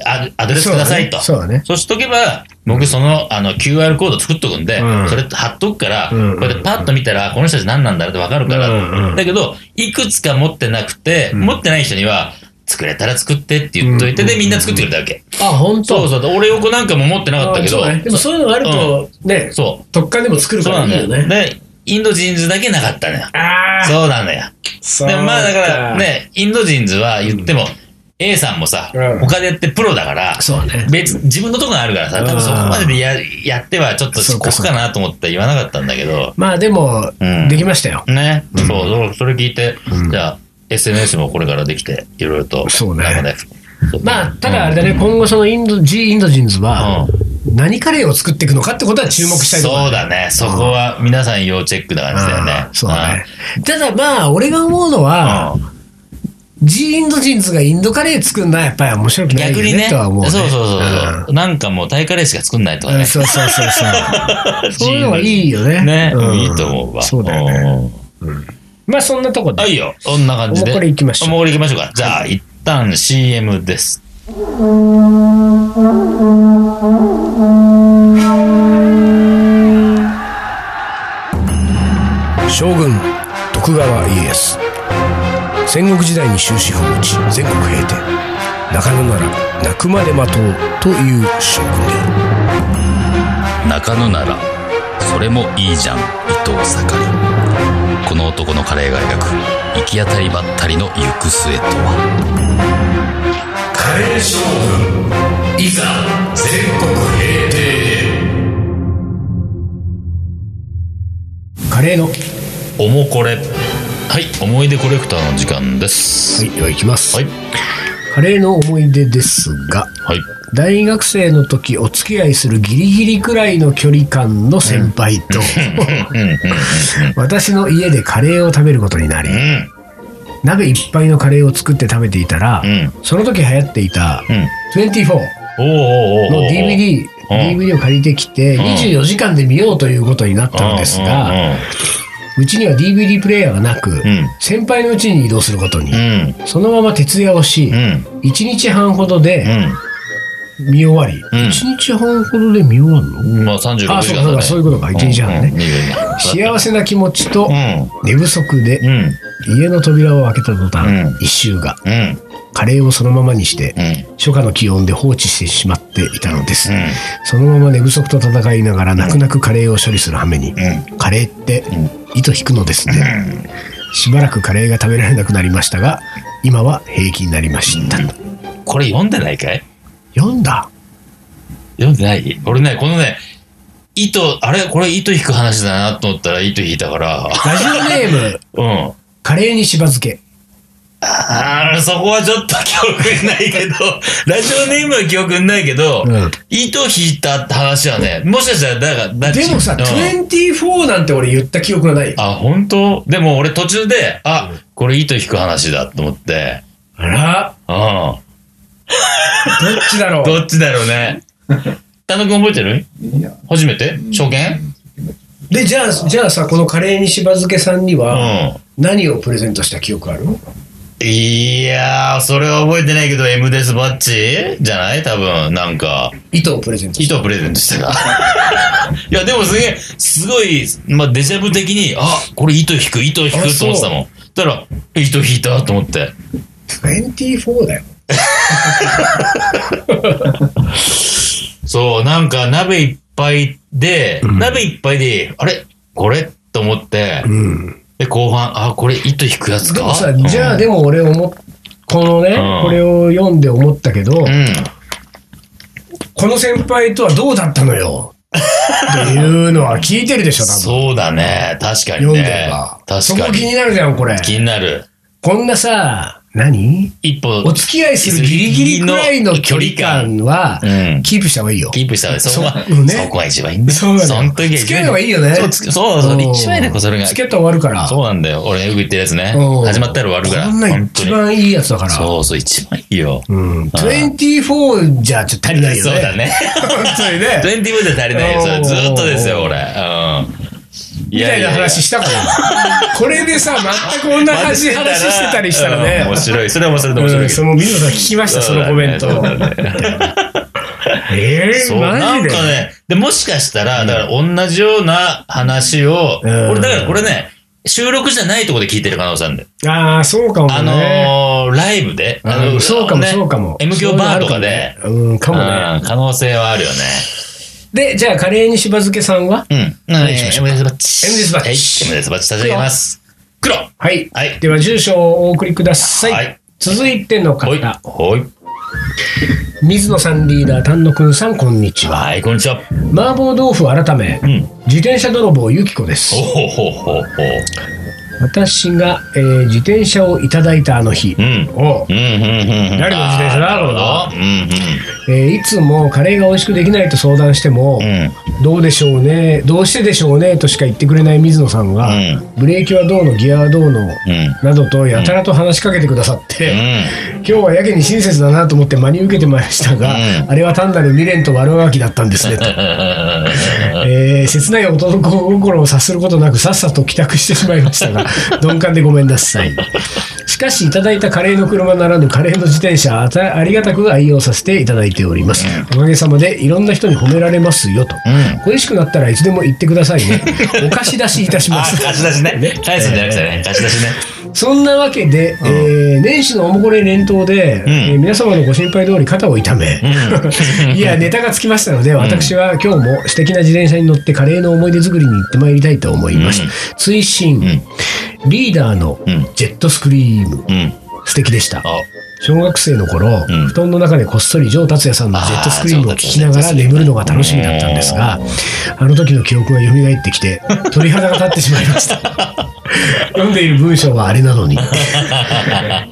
Speaker 2: アアドレスくださいと。
Speaker 1: そうだね
Speaker 2: そうしとけば、僕その、あの、QR コード作っとくんで、
Speaker 1: うん
Speaker 2: それ貼っとくから、
Speaker 1: うん
Speaker 2: これでパッと見たら、この人たち何なんだろうってわかるから、
Speaker 1: うんうん
Speaker 2: だけど、いくつか持ってなくて、
Speaker 1: うん
Speaker 2: 持ってない人には、作れたら作ってって言っといて、
Speaker 1: うん
Speaker 2: で、みんな作ってくれたわけ。
Speaker 1: あ本当
Speaker 2: そうそうで俺横なんかも持ってなかったけど、
Speaker 1: あそうねでもそういうのがあると、ね
Speaker 2: そ
Speaker 1: 特化でも作
Speaker 2: う、
Speaker 1: る
Speaker 2: そ
Speaker 1: か
Speaker 2: う
Speaker 1: ら
Speaker 2: ないん
Speaker 1: い
Speaker 2: だ
Speaker 1: よ
Speaker 2: よ。
Speaker 1: ね
Speaker 2: で、インド人ズだけなかったのよ。
Speaker 1: ああ
Speaker 2: そうなのよ。
Speaker 1: そう
Speaker 2: でもまあだから
Speaker 1: か
Speaker 2: ね、インド人ズは言っても、A さんもさ、
Speaker 1: うん
Speaker 2: 他でやってプロだから、
Speaker 1: そうね
Speaker 2: 別自分のとこがあるからさ、多分そこまででややってはちょっと
Speaker 1: そう
Speaker 2: こ
Speaker 1: か
Speaker 2: くかなと思って言わなかったんだけど、
Speaker 1: まあでも、
Speaker 2: うん
Speaker 1: できましたよ
Speaker 2: ね、そう、だからそれ聞いて、
Speaker 1: うん
Speaker 2: じゃあ SNS もこれからできて、いろいろと、
Speaker 1: そうね
Speaker 2: なんかねそう
Speaker 1: まあただあれだね、今後そのインド G インド人ズは、何カレーを作っていくのかってことは注目したいとこ
Speaker 2: そうだね、そこは皆さん要チェックな感じだよね
Speaker 1: う。んそうだねただまあ俺が思うの
Speaker 2: うん。
Speaker 1: は、ジーンドジンズがインドカレー作るのはやっぱり面白くない
Speaker 2: 逆
Speaker 1: よ
Speaker 2: に
Speaker 1: ね
Speaker 2: ね、
Speaker 1: とは思う、ね。
Speaker 2: そうそうそう
Speaker 1: うん
Speaker 2: そう、なんかもうタイカレーしか作んないとか
Speaker 1: う
Speaker 2: ね
Speaker 1: ん。そうそうそう そう。そういうのがいいよね。
Speaker 2: ね、
Speaker 1: うん
Speaker 2: いいと思うわ。
Speaker 1: そうだよね。
Speaker 2: ね。
Speaker 1: まあそんなとこで。
Speaker 2: はいよ、こんな感じで。
Speaker 1: もうこれ行きましょう
Speaker 2: もうこれ行きましょうか。じゃあ、一旦 CM です。
Speaker 1: 将軍徳川家康戦国時代に終止符を打ち全国平定中野なら泣くまで待とうという将軍である
Speaker 2: 中野ならそれもいいじゃん伊藤盛りこの男のカレーが描く行き当たりばったりの行く末とは
Speaker 1: カレー将
Speaker 2: いざ全国平定
Speaker 1: 軍カレーのは
Speaker 2: おもこれはい思い出コレクターの時間です
Speaker 1: いではいきます、
Speaker 2: はい
Speaker 1: カレーの思い出ですが
Speaker 2: はい
Speaker 1: 大学生の時お付き合いするギリギリくらいの距離感の先輩と、
Speaker 2: うんうんうん
Speaker 1: 私の家でカレーを食べることになり、鍋いっぱいのカレーを作って食べていたら、
Speaker 2: うん
Speaker 1: その時流行っていた
Speaker 2: うん
Speaker 1: 24
Speaker 2: うんおーおーおー
Speaker 1: の
Speaker 2: おー
Speaker 1: DVD、
Speaker 2: うん
Speaker 1: DVD を借りてきて、
Speaker 2: ん
Speaker 1: 24時間で見ようということになったのです
Speaker 2: うん
Speaker 1: が、うちには DVD プレイヤーがなく、
Speaker 2: ん
Speaker 1: 先輩のうちに移動することに、
Speaker 2: うん
Speaker 1: そのまま徹夜をし、
Speaker 2: うんうん
Speaker 1: 1日半ほどで、
Speaker 2: うん
Speaker 1: 見終わり、
Speaker 2: うん
Speaker 1: 一1日半ほどで見終わるの、
Speaker 2: まあ36時間
Speaker 1: あそうそう
Speaker 2: だ
Speaker 1: か
Speaker 2: ね。
Speaker 1: そういうことか一日半ね
Speaker 2: うんうん
Speaker 1: 幸せな気持ちと寝不足で
Speaker 2: うん。うん。
Speaker 1: 家の扉を開けた途端、
Speaker 2: うん
Speaker 1: 一周が
Speaker 2: うん。
Speaker 1: カレーをそのままにして、
Speaker 2: うん。
Speaker 1: 初夏の気温で放置してしまっていたのです、
Speaker 2: うん
Speaker 1: そのまま寝不足と戦いながら泣く泣くカレーを処理する羽目に、カレーって糸引くのですね、しばらくカレーが食べられなくなりましたが今は平気になりました、
Speaker 2: うん。これ読んでないかい
Speaker 1: 読んだ
Speaker 2: 読んでない俺ね、このね、糸、あれこれ糸引く話だなと思ったら糸引いたから。
Speaker 1: ラジオネーム
Speaker 2: うん。
Speaker 1: カレーにしば漬け
Speaker 2: あーそこはちょっと記憶にないけど、 ラジオネームは記憶にないけど、
Speaker 1: うん
Speaker 2: 糸引いたって話はね、もしかしたらだから、だ
Speaker 1: でもさ、
Speaker 2: うん
Speaker 1: 24なんて俺言った記憶がないよ
Speaker 2: あ、本当でも俺途中で、あ、これ糸引く話だと思って、
Speaker 1: あら
Speaker 2: う
Speaker 1: どっちだろ
Speaker 2: ん。どっちだろう ね。田野くん覚えてる初めて初見
Speaker 1: うでじゃあじゃあさこのカレーにしば漬けさんに
Speaker 2: う
Speaker 1: は
Speaker 2: ん。
Speaker 1: 何をプレゼントした記憶あるの
Speaker 2: いやー、それは覚えてないけど、M デスバッジじゃない多分、なんか。
Speaker 1: 糸をプレゼントした
Speaker 2: 糸をプレゼン トしたか。いや、でもすげえ、すごい、まあ、デジャブ的に、あ、これ糸引く、糸引
Speaker 1: あ
Speaker 2: くと
Speaker 1: そう
Speaker 2: 思ってたもん。だから、糸引いたと思って。
Speaker 1: 24だよ
Speaker 2: そう、なんか鍋いっぱいで、鍋いっぱいで、あれこれと思って、
Speaker 1: うん
Speaker 2: で、後半、あ、これ糸引くやつ
Speaker 1: で
Speaker 2: か。
Speaker 1: もさじゃあでも俺思っこのね、
Speaker 2: うん
Speaker 1: これを読んで思ったけど、
Speaker 2: うん、うん。
Speaker 1: この先輩とはどうだったのよっていうのは聞いてるでしょ多分
Speaker 2: そうだね。確かに
Speaker 1: 読んでれ
Speaker 2: ね
Speaker 1: ば。そ
Speaker 2: 確
Speaker 1: こ
Speaker 2: か
Speaker 1: 気
Speaker 2: に。
Speaker 1: になるじゃんこれ
Speaker 2: 気になる。
Speaker 1: こんなさ何
Speaker 2: 一歩、
Speaker 1: お付き合いするギリギリくらいの距離感は
Speaker 2: うん
Speaker 1: キープした方がいいよ。
Speaker 2: キープした方がいいそこが、
Speaker 1: そうね
Speaker 2: そこが一番いいんだよ。
Speaker 1: そうなの
Speaker 2: ん時は
Speaker 1: 付き合いの方がいいよね
Speaker 2: そう、つそうそう、一番いいんだよ、それが。
Speaker 1: チケット終わるから。
Speaker 2: そうなんだよ。俺よく言ってるやつね。
Speaker 1: うん
Speaker 2: 始まったら終わるから。
Speaker 1: こんなん
Speaker 2: 本当
Speaker 1: 一
Speaker 2: に
Speaker 1: 番いいやつだから。
Speaker 2: そうそう、一番いいよ。
Speaker 1: うん。24じゃちょっと足りないよね。
Speaker 2: そ うだ。ね。
Speaker 1: 本当 にね。
Speaker 2: 20分じゃ足りないよ。それ
Speaker 1: おー
Speaker 2: ずっとですよ、俺。うん。い
Speaker 1: みたいな話したから。これでさ、全く同じ話してたりしたら
Speaker 2: うん面
Speaker 1: ね。
Speaker 2: 白い。それは面白いと面白
Speaker 1: う
Speaker 2: い
Speaker 1: ん、
Speaker 2: け
Speaker 1: そ
Speaker 2: ど。
Speaker 1: の水野さん聞きました、そ
Speaker 2: そう
Speaker 1: の
Speaker 2: だね
Speaker 1: コメント
Speaker 2: そう。
Speaker 1: え
Speaker 2: そ
Speaker 1: ー、
Speaker 2: う、
Speaker 1: マ
Speaker 2: な
Speaker 1: ジ
Speaker 2: ん
Speaker 1: で
Speaker 2: かね、で、もしかしたら、だから同じような話を、
Speaker 1: うん
Speaker 2: 俺、だからこれね、収録じゃないとこで聞いてる可能性あるんだよ。
Speaker 1: ああ、そうかもね。
Speaker 2: あのー、ライブで、あ
Speaker 1: う
Speaker 2: の
Speaker 1: んそうかも、
Speaker 2: ね
Speaker 1: そうかも。
Speaker 2: M 響バーとかで、
Speaker 1: そういうのあるかもね。うん、かもね。
Speaker 2: うん可能性はあるよね。
Speaker 1: で、じゃあ、カレーにしば漬けさんは
Speaker 2: うん。うん。
Speaker 1: 何しましょう
Speaker 2: M ですバッチ。
Speaker 1: M ですバッチ
Speaker 2: はい。M ですバッチ差し上げます。黒は
Speaker 1: はい。
Speaker 2: はい
Speaker 1: では、住所をお送りください。
Speaker 2: はい
Speaker 1: 続いての
Speaker 2: い。
Speaker 1: 方、
Speaker 2: ほい。
Speaker 1: 水野さんリーダー、丹野くんさん、こんにちは。
Speaker 2: はい、こんにちは。
Speaker 1: 麻婆豆腐改め、
Speaker 2: うん。
Speaker 1: 自転車泥棒ゆきこです
Speaker 2: お。ほほほほ。
Speaker 1: 私が、えー自転車をいただいたあの日、
Speaker 2: う
Speaker 1: を、
Speaker 2: ん。うん、うん、うんうん。
Speaker 1: 誰の自転車だ
Speaker 2: あーなるほ
Speaker 1: こ
Speaker 2: ど。うん、
Speaker 1: えーいつもカレーが美味しくできないと相談しても、
Speaker 2: うん。うん。
Speaker 1: どうでしょうね、どうしてでしょうねとしか言ってくれない水野さんが、
Speaker 2: うん
Speaker 1: ブレーキはどうの、ギアはどうの、
Speaker 2: うん。
Speaker 1: などとやたらと話しかけてくださっ
Speaker 2: う
Speaker 1: て、
Speaker 2: ん。
Speaker 1: 今日はやけに親切だなと思って真に受けてましたが、
Speaker 2: うん
Speaker 1: あれは単なる未練と悪あがきだったんですねと。えー切ない男心を察することなくさっさと帰宅してしまいました が鈍感でごめんなさいしかしいただいたカレーの車ならぬカレーの自転車あたありがたく愛用させていただいておりますおかげさまでいろんな人に褒められますよと、
Speaker 2: うん
Speaker 1: 恋しくなったらいつでも言ってくださいねお貸し出しいたし
Speaker 2: あ
Speaker 1: ま
Speaker 2: ー、
Speaker 1: す
Speaker 2: 貸し出しね。返すんじゃなくてね。貸し出しね。
Speaker 1: そんなわけで、えー年始のおもこれ連投で、
Speaker 2: ん
Speaker 1: えー皆様のご心配通り肩を痛め、 いやネタがつきましたので私は今日も素敵な自転車に乗ってカレーの思い出作りに行ってまいりたいと思います、
Speaker 2: うん
Speaker 1: 追伸、リーダーの
Speaker 2: うん
Speaker 1: ジェットスクリーム、
Speaker 2: うん。
Speaker 1: 素敵でした
Speaker 2: あ、
Speaker 1: 小学生の頃、
Speaker 2: うん
Speaker 1: 布団の中でこっそり城達也さんのジェットスクリームを聞きながら眠るのが楽しみだったんですがあの時の記憶が蘇ってき て鳥肌が立ってしまいました読んでいる文章はあれなの に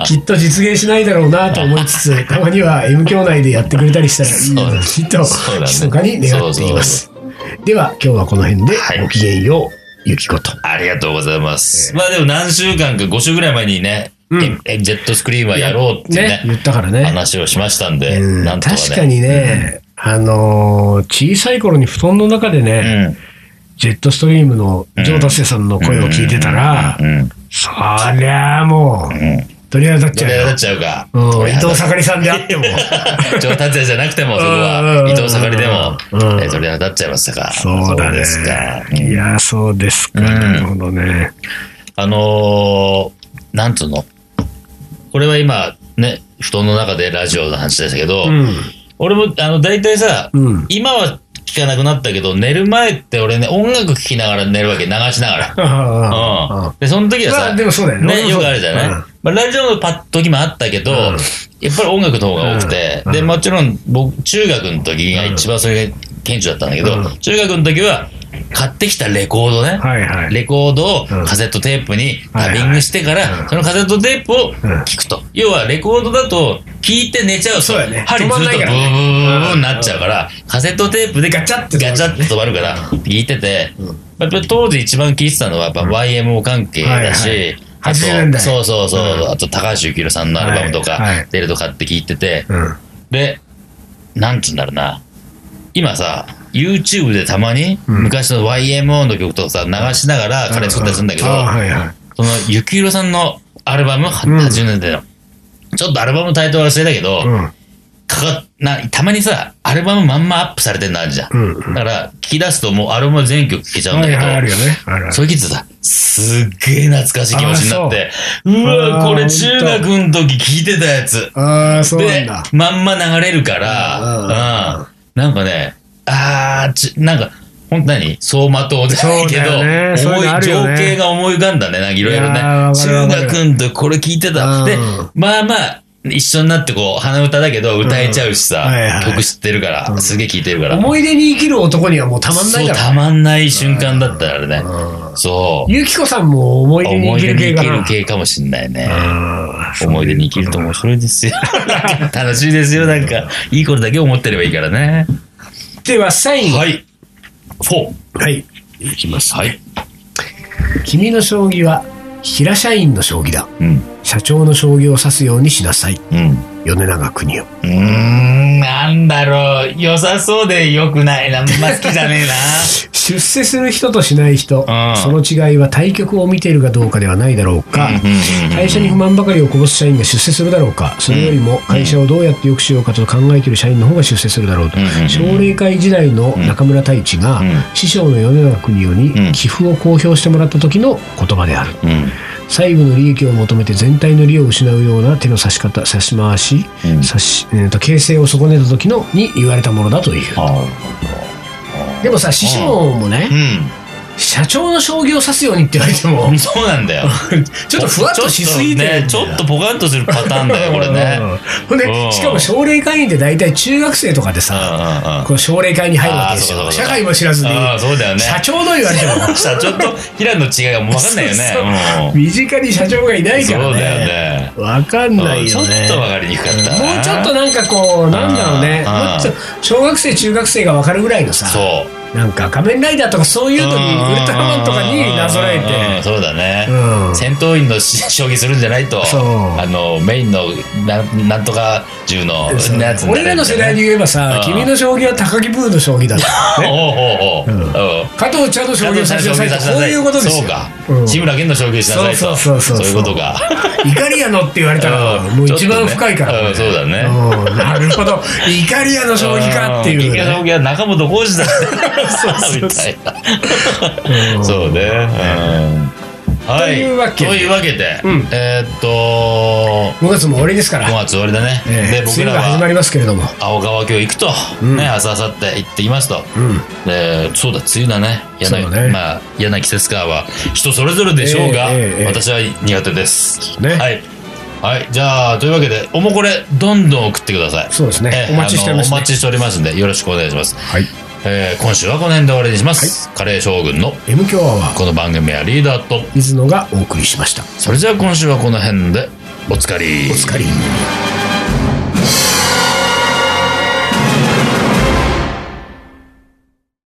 Speaker 1: きっと実現しないだろうなと思いつつたまには M 兄弟でやってくれたりしたらいいのにと
Speaker 2: そうだね
Speaker 1: 密かに願っていますでは今日はこの辺で
Speaker 2: はい
Speaker 1: ごきげんようゆきこと
Speaker 2: ありがとうございます。まあでも何週間か、5週ぐらい前にね、えジェットスクリーンはやろうって
Speaker 1: ね
Speaker 2: ね、
Speaker 1: 言ったからね
Speaker 2: 話をしましたんで、
Speaker 1: うん
Speaker 2: なんとかね。
Speaker 1: 確かにね、あのー小さい頃に布団の中で
Speaker 2: う
Speaker 1: ね、
Speaker 2: ん。
Speaker 1: ジェットストリームの城達也さんの声を聞いてたら、
Speaker 2: うん。
Speaker 1: そりゃあもう、
Speaker 2: うん。
Speaker 1: 鳥肌立っち
Speaker 2: 盛り上
Speaker 1: ゃう
Speaker 2: が
Speaker 1: よ
Speaker 2: っ。ちゃうか。
Speaker 1: うん、伊藤
Speaker 2: さ
Speaker 1: 盛さんであっても。
Speaker 2: 上達也じゃなくても、そこ
Speaker 1: うんうんう
Speaker 2: は
Speaker 1: ん、
Speaker 2: 伊藤さかりでも、
Speaker 1: うん
Speaker 2: えー鳥肌立っちゃいましたか。
Speaker 1: そうだね
Speaker 2: そうですか。。
Speaker 1: いや、そうですか。
Speaker 2: うん
Speaker 1: なるほどね。
Speaker 2: あのー、なんつうのこれは今、ね、布団の中でラジオの話でしたけど、
Speaker 1: うん。
Speaker 2: 俺も、あの、大体さ、
Speaker 1: うん。
Speaker 2: 今は聞かなくなったけど、寝る前って俺ね、音楽聴きながら寝るわけ、流しながら。
Speaker 1: あ
Speaker 2: うん。で、その時は
Speaker 1: まあ
Speaker 2: さ、
Speaker 1: でもそうだよね
Speaker 2: ね、よくあるじゃない、
Speaker 1: うん
Speaker 2: まあ、ラジオのパッ時もあったけど、
Speaker 1: うん
Speaker 2: やっぱり音楽の方が多くて、
Speaker 1: うん
Speaker 2: で、もちろん僕、中学の時が一番それが顕著だったんだけど、
Speaker 1: うん
Speaker 2: 中学の時は、買ってきたレコードね。
Speaker 1: あはいはい。
Speaker 2: レコードを
Speaker 1: うん
Speaker 2: カセットテープにダビングしてか
Speaker 1: はいはいうん
Speaker 2: ら、そのカセットテープを聞くと。要は、レコードだと、聞いて寝ちゃう
Speaker 1: そ
Speaker 2: と
Speaker 1: うだね、
Speaker 2: 針
Speaker 1: 止
Speaker 2: ずっ
Speaker 1: ま
Speaker 2: と
Speaker 1: ん
Speaker 2: ブー
Speaker 1: ない
Speaker 2: ブーブ
Speaker 1: からね
Speaker 2: ーブーになっちゃうから、カセットテープでガチャってガチャって止まるから、聞いてて、やっぱり当時一番聞いてたのは、やっぱ YMO 関係だ
Speaker 1: はいは
Speaker 2: し、あと
Speaker 1: 80年代
Speaker 2: そうそうそう
Speaker 1: う。ん
Speaker 2: あと、高橋幸宏さんのアルバムと
Speaker 1: はいは
Speaker 2: か
Speaker 1: い、
Speaker 2: 出るとかって聞いてて、
Speaker 1: うん。
Speaker 2: で、なんつうんだろうな。今さ、YouTube でたまに
Speaker 1: うん
Speaker 2: 昔の YMO の曲とかさ、流しながら彼作ったりするんだけど
Speaker 1: あ、はいはい。
Speaker 2: その、ゆきひろさんのアルバム、
Speaker 1: うん
Speaker 2: 80年代の。ちょっとアルバムのタイトル忘れたけど、
Speaker 1: うん。
Speaker 2: かかな、たまにさ、アルバムまんまアップされてるのあるじゃん。
Speaker 1: うんうん。
Speaker 2: だから、聞き出すともうアルバム全曲聴けちゃうん
Speaker 1: は
Speaker 2: だ
Speaker 1: い
Speaker 2: けど、
Speaker 1: はい、あるよね。あるある
Speaker 2: そ。ういう聞いてさ、すっげえ懐かしい気持ちになって、う
Speaker 1: あ
Speaker 2: わ、
Speaker 1: ー
Speaker 2: これ中学の時聞いてたやつ。
Speaker 1: ああ、そうなん
Speaker 2: で
Speaker 1: だ。、
Speaker 2: まんま流れるから、
Speaker 1: うんうん
Speaker 2: うんなんかね、あー、ちなんか、本当に走馬灯じゃないけ
Speaker 1: そう
Speaker 2: ど、
Speaker 1: だよねそういう
Speaker 2: 思い
Speaker 1: のあるよね
Speaker 2: 情景が思い浮かんだね、なんかいろいろね。
Speaker 1: いやーわかるわ
Speaker 2: 中
Speaker 1: かる
Speaker 2: 学んとこれ聞いてた。
Speaker 1: うん
Speaker 2: で、まあまあ、一緒になってこう、鼻歌だけど歌えちゃうしさ、
Speaker 1: うんはいはい
Speaker 2: 曲知ってるから、すげえ聞いてるから。
Speaker 1: 思い出に生きる男にはもうたまんない
Speaker 2: そう、
Speaker 1: だ
Speaker 2: たまんない瞬間だったからね。
Speaker 1: ろ。うん
Speaker 2: そう。
Speaker 1: ゆきこさんも思い出に
Speaker 2: 思
Speaker 1: 生
Speaker 2: い
Speaker 1: きる
Speaker 2: 出
Speaker 1: 系
Speaker 2: に生
Speaker 1: か
Speaker 2: きる
Speaker 1: な。
Speaker 2: 系かもしんないね。
Speaker 1: あー
Speaker 2: 思い出に生きると面白いですよ。 楽しいですよ。なんか、いいことだけ思ってればいいからね。
Speaker 1: では、最後。
Speaker 2: はい。4。
Speaker 1: はい。
Speaker 2: いきます。はい。
Speaker 1: 君の将棋は平社員の将棋だ。
Speaker 2: うん。
Speaker 1: 社長の将棋を指すようにしなさい。
Speaker 2: うん。
Speaker 1: 米長邦夫。
Speaker 2: うーん、なんだろう。良さそうで良くないな。あんま好きじゃねえな。
Speaker 1: 出世する人としない人、
Speaker 2: ん
Speaker 1: その違いは対局を見ているかどうかではないだろうか。会社に不満ばかりをこぼす社員が出世するだろうかそれよりも会社をどうやって良くしようかと考えている社員の方が出世するだろうと
Speaker 2: うん
Speaker 1: 奨励会時代の中村太一が
Speaker 2: うん
Speaker 1: 師匠の米長邦夫
Speaker 2: う
Speaker 1: に
Speaker 2: ん
Speaker 1: 寄付を公表してもらった時の言葉である
Speaker 2: うん。
Speaker 1: 細部の利益を求めて全体の利を失うような手の差し方差し回し
Speaker 2: うん
Speaker 1: 差し、えーと形勢を損ねた時のに言われたものだという
Speaker 2: あ
Speaker 1: でもさ師匠もね
Speaker 2: ー
Speaker 1: 社長の将棋を指すようにって言われても
Speaker 2: うん。そうなんだよ。
Speaker 1: ちょっとふわっとしすぎてるんだよ
Speaker 2: ちょっとねちょっとポカンとするパターンだよ、これね。うんうんうん。
Speaker 1: うん。ほん
Speaker 2: う
Speaker 1: で、
Speaker 2: ん
Speaker 1: しかも奨励会員って大体中学生とかでさ、この奨励会に入るわけです
Speaker 2: あ
Speaker 1: よ。
Speaker 2: ーそう
Speaker 1: 社
Speaker 2: かそうか
Speaker 1: 会も知らずに。
Speaker 2: ああ、そうだよね。
Speaker 1: 社長の言われても、
Speaker 2: 社長と平野の違いがもう分かんないよね。
Speaker 1: そう
Speaker 2: うん
Speaker 1: 身近に社長がいない
Speaker 2: そ
Speaker 1: か
Speaker 2: う
Speaker 1: ら
Speaker 2: だよ
Speaker 1: ね。
Speaker 2: ね。
Speaker 1: わかんない
Speaker 2: ちょ
Speaker 1: よ
Speaker 2: っ
Speaker 1: ね。
Speaker 2: と分かりにくかったな。
Speaker 1: もうちょっとなんかこう、なんだろうね。
Speaker 2: うん
Speaker 1: もっと小学生、中学生がわかるぐらいのさ、
Speaker 2: そう。
Speaker 1: なんか仮面ライダーとかそういうのに、ウルトラマンとかになぞらえ
Speaker 2: うんうんうん
Speaker 1: て。
Speaker 2: そうだね、
Speaker 1: うん
Speaker 2: 戦闘員のし将棋するんじゃないと
Speaker 1: そう
Speaker 2: あのメインのなんなんとか銃のやつになれるんだよね
Speaker 1: 俺らの世代で言えばさ、
Speaker 2: うん
Speaker 1: 君の将棋は高木ブーの将棋だ と。
Speaker 2: おうおうおう、
Speaker 1: うん
Speaker 2: うん
Speaker 1: 加藤茶の将棋をさせなさいとこういうことです
Speaker 2: そ
Speaker 1: よ
Speaker 2: うか、
Speaker 1: うん
Speaker 2: 志村けんの将棋をしなさいと
Speaker 1: そうそうそうそう
Speaker 2: いうことか
Speaker 1: イカリアのって言われた ら
Speaker 2: ん
Speaker 1: もう一番深いか
Speaker 2: ちょっとね
Speaker 1: ら、
Speaker 2: うん、そうだね、
Speaker 1: うんなるほどイカリアの将棋かっていう
Speaker 2: うんイカ将
Speaker 1: ね
Speaker 2: 棋は中本浩二だ
Speaker 1: そう
Speaker 2: っ
Speaker 1: そうそう
Speaker 2: てみたいな
Speaker 1: うん
Speaker 2: そうね。うんは
Speaker 1: というわけで
Speaker 2: というわけで、
Speaker 1: うん
Speaker 2: えーっと、
Speaker 1: 5月も終わりですか
Speaker 2: 5
Speaker 1: ら、
Speaker 2: 月終わりだね。
Speaker 1: ええ
Speaker 2: で、僕
Speaker 1: 梅雨
Speaker 2: ら
Speaker 1: が始ま
Speaker 2: は
Speaker 1: りますけれども、
Speaker 2: 青川京行くと、
Speaker 1: うん
Speaker 2: ね、明日、明後日行ってきますと。
Speaker 1: うん、
Speaker 2: で、そうだ、梅雨だね。嫌な、
Speaker 1: そうだね
Speaker 2: まあ、嫌な季節感は人それぞれでしょうが、
Speaker 1: ええええええ
Speaker 2: 私は苦手です。
Speaker 1: ね
Speaker 2: はい。はい、じゃあ、というわけで、おもこれ、どんどん送ってください。
Speaker 1: そうですね
Speaker 2: ええ
Speaker 1: お待ちしておりますね
Speaker 2: あのお待ちしておりますんで、よろしくお願いします。
Speaker 1: はい
Speaker 2: えー今週はこの辺で終わりにします。カレー将軍の
Speaker 1: M 強アワー
Speaker 2: この番組はリーダーと
Speaker 1: 水野がお送りしました
Speaker 2: それじゃあ今週はこの辺でおつかり
Speaker 1: お疲れ